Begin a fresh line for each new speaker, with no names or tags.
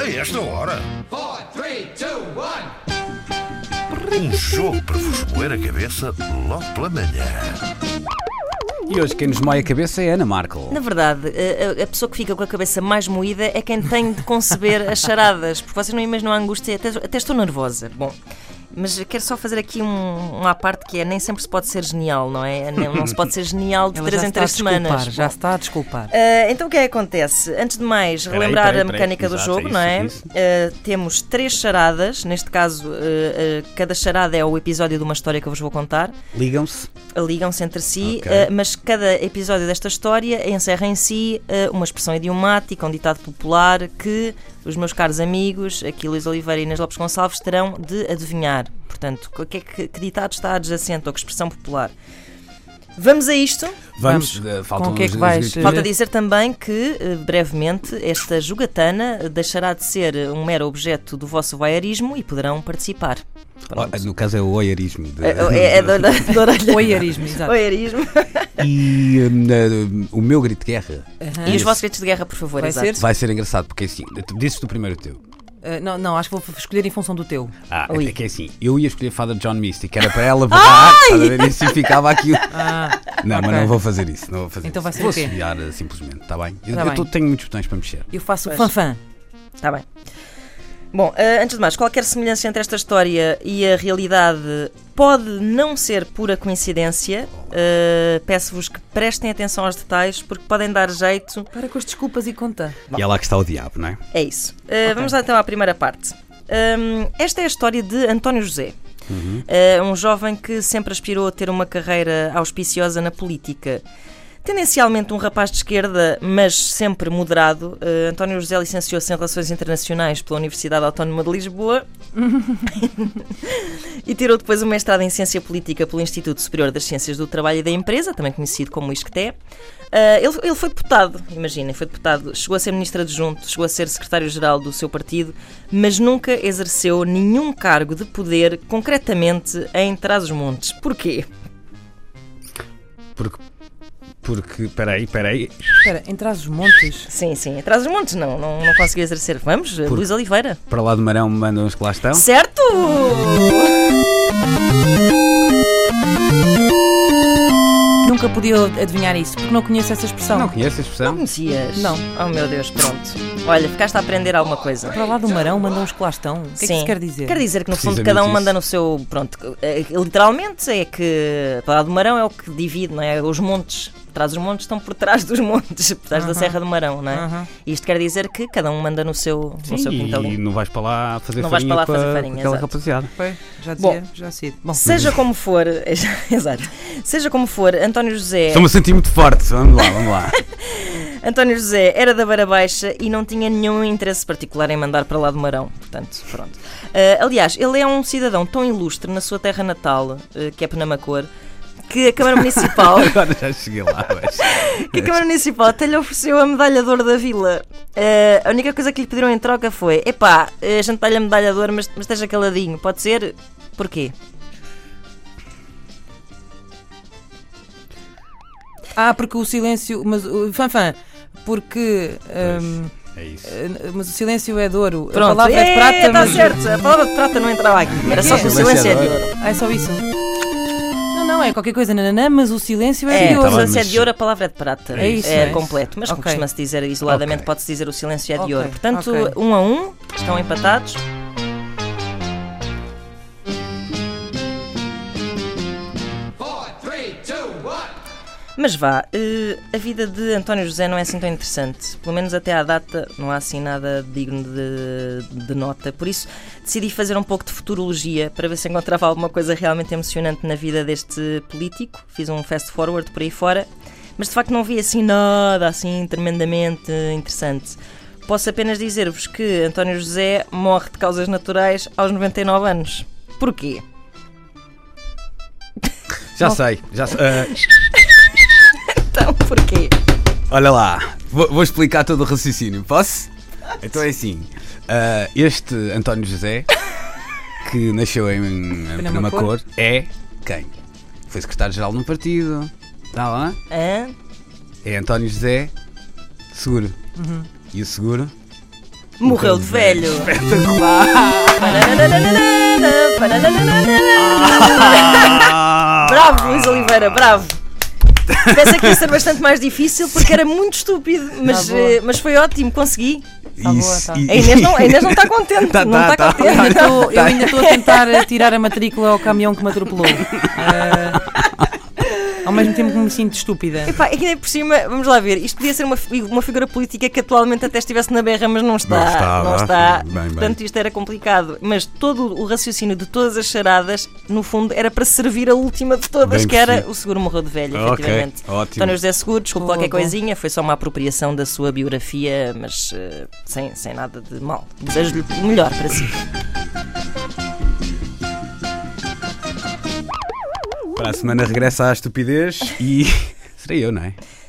a esta hora?
four, three, two, one.
Um jogo para vos moer a cabeça logo pela manhã.
E hoje quem nos moe a cabeça é Ana Markel.
Na verdade, a, a- a pessoa que fica com a cabeça mais moída é quem tem de conceber as charadas, porque vocês não imaginam a angústia, até, até estou nervosa. Bom, mas quero só fazer aqui um, uma parte que é: nem sempre se pode ser genial, não é? Não, não se pode ser genial de
Ela
três
já
em
se está a
três semanas.
desculpar, Já
Bom,
se está a desculpar.
ah, então o que é que acontece? Antes de mais,
Peraí,
relembrar
peraí,
a
peraí.
mecânica do
Exato,
jogo,
é
não é?
isso,
Ah, temos três charadas, neste caso, ah, ah, cada charada é o episódio de uma história que eu vos vou contar
Ligam-se.
ligam-se entre si,
Ok.
eh, mas cada episódio desta história encerra em si eh, uma expressão idiomática, um ditado popular que os meus caros amigos, aqui Luís Oliveira e Inês Lopes Gonçalves, terão de adivinhar. Portanto, o que, é que, que ditado está adjacente ou que expressão popular? Vamos a isto.
Vamos.
Vamos.
eh, Faltam
Com o que é que
os-
vais,
os-
eh,
Falta dizer também que, eh, brevemente, esta jogatana eh, deixará de ser um mero objeto do vosso voyeurismo e poderão participar. Pronto.
Oh, No caso é o oiarismo. de-
É, é, é da, da, da orelha.
Oiarismo, exato.
Voyeurismo.
E hum, eh, o meu grito de guerra
Aham.
E os vossos gritos de guerra, por favor.
Vai
exato.
ser?
vai ser engraçado, porque assim, tu dizes tu primeiro o teu.
Ah, não, não, acho que vou escolher em função do teu.
Ah,
Ui.
é que é assim, eu ia escolher Father John Misty, que era para ela berrar, estás a ver? E assim ficava aqui. o-
Ah,
Não,
ok.
mas não vou fazer isso, não vou fazer
Então
isso.
vai ser
vou
o quê?
assobiar, eh, simplesmente, está bem? Eu,
Tá
eu
bem.
tô- tenho muitos botões para mexer.
eu faço o fanfã.
Está Tá bem. Bom, eh, antes de mais, qualquer semelhança entre esta história e a realidade pode não ser pura coincidência. Eh, Peço-vos que prestem atenção aos detalhes, porque podem dar jeito.
Para com as desculpas e conta.
E é lá que está o diabo, não é?
É isso. Eh, Vamos lá então à primeira parte. Hum, esta é a história de António José. Eh, um jovem que sempre aspirou a ter uma carreira auspiciosa na política. Tendencialmente um rapaz de esquerda, mas sempre moderado, eh, António José licenciou-se em Relações Internacionais pela Universidade Autónoma de Lisboa e tirou depois o mestrado em Ciência Política pelo Instituto Superior das Ciências do Trabalho e da Empresa, também conhecido como ISCTE. Ah, ele, ele foi deputado, imaginem, foi deputado, chegou a ser ministro adjunto, chegou a ser secretário-geral do seu partido, mas nunca exerceu nenhum cargo de poder, concretamente em Trás-os-Montes. Porquê?
Porque. Porque. Peraí, peraí.
Espera, em trás os montes.
Sim, sim, em Trás-os-Montes não, não, não conseguiu exercer. Vamos, eh, Luís Oliveira.
Para lá do Marão mandam os que lá estão.
Certo!
Nunca podia adivinhar isso, porque não conheço essa expressão.
Não conheço a expressão?
Conhecias?
Não.
Oh meu Deus, pronto. Olha, ficaste a aprender alguma coisa.
Para lá do Marão mandam os que lá estão. O que é que
Sim.
isso quer dizer?
Quer dizer que no fundo
Precisamente
cada um
isso.
manda no seu. Pronto, eh, literalmente é que. Para do Marão é o que divide, não é? Os montes. Atrás dos montes estão por trás dos montes, por trás da Serra do Marão, não é? Isto quer dizer que cada um manda no seu, no seu
e
quintalinho.
não vais para lá fazer
Não vais
farinha
para lá
com a-
fazer
com
farinha,
aquela
exato.
rapaziada.
Pois, já
Bom.
dizia, já cedo. Bom,
Seja como for, exato. Seja como for, António José.
Estou-me a sentir muito forte. Vamos lá, vamos lá.
António José era da Beira Baixa e não tinha nenhum interesse particular em mandar para lá do Marão. Portanto, pronto. Ah, aliás, ele é um cidadão tão ilustre na sua terra natal, eh, que é Penamacor, que a Câmara Municipal.
Agora já cheguei lá. mas-
que a Câmara Municipal até lhe ofereceu a medalha de ouro da vila. Eh, a única coisa que lhe pediram em troca foi: epá, eh, a gente dá-lhe a medalha de ouro, mas, mas esteja caladinho, pode ser? Porquê?
Ah, porque o silêncio. Mas o fanfã, porque. hum,
É isso.
eh, mas o silêncio é de ouro.
Pronto,
a palavra é de
Eh,
prata,
tá
mas.
certo, a palavra de prata não entrava aqui, era só que o silêncio é de ouro.
Ah, é só isso. Não, não, é qualquer coisa, nananã, mas o silêncio é,
É,
de
o
tá
ouro.
bem,
silêncio é de
mas-
ouro, a palavra é de prata.
É isso, é isso.
completo. Mas como
Ok.
costuma-se dizer isoladamente,
Ok.
pode-se dizer o silêncio é de
Ok,
ouro. Portanto,
ok.
um a um, estão empatados.
Four, three, two, one.
Mas vá, eh, a vida de António José não é assim tão interessante. Pelo menos até à data não há assim nada digno de, de nota. Por isso decidi fazer um pouco de futurologia para ver se encontrava alguma coisa realmente emocionante na vida deste político. Fiz um fast forward por aí fora, mas de facto não vi assim nada assim tremendamente interessante. Posso apenas dizer-vos que António José morre de causas naturais aos 99 anos. Porquê?
Já sei, já sei. Ah,
Então, porquê?
Olha lá, vou, vou explicar todo o raciocínio, posso? Então é assim: ah, este António José, que nasceu em, em Penamacor,
Penamacor.
é quem? Foi secretário-geral no partido, está lá?
Hã? Uhum.
É António José, seguro. E o seguro
Morreu de velho. Bravo,
Ah.
Luís Oliveira, bravo. Pensei que ia ser bastante mais difícil porque era muito estúpido, mas,
Tá
boa.
eh, mas foi ótimo, consegui.
Tá boa, tá.
e-
A É, Inês não, a Inês não está contente.
Tá,
não
tá,
está
tá.
Eu ainda
contente.
estou- eu ainda estou a tentar eh, tirar a matrícula ao caminhão que me atropelou. Eh, ao mesmo tempo que me sinto estúpida.
Epá, e ainda é por cima, vamos lá ver, isto podia ser uma, fi- uma figura política que atualmente até estivesse na berra, mas não está.
Não estava.
está.
Bem, bem.
Portanto, isto era complicado. Mas todo o raciocínio de todas as charadas, no fundo, era para servir a última de todas,
Bem
que era
possível.
o seguro morreu de velho,
Ok,
efetivamente.
ótimo.
António José Seguro, desculpe
Boa,
qualquer
boa.
coisinha, foi só uma apropriação da sua biografia, mas eh, sem, sem nada de mal. Desejo-lhe o melhor para si.
Para a semana regressa à estupidez e. Serei eu, não é?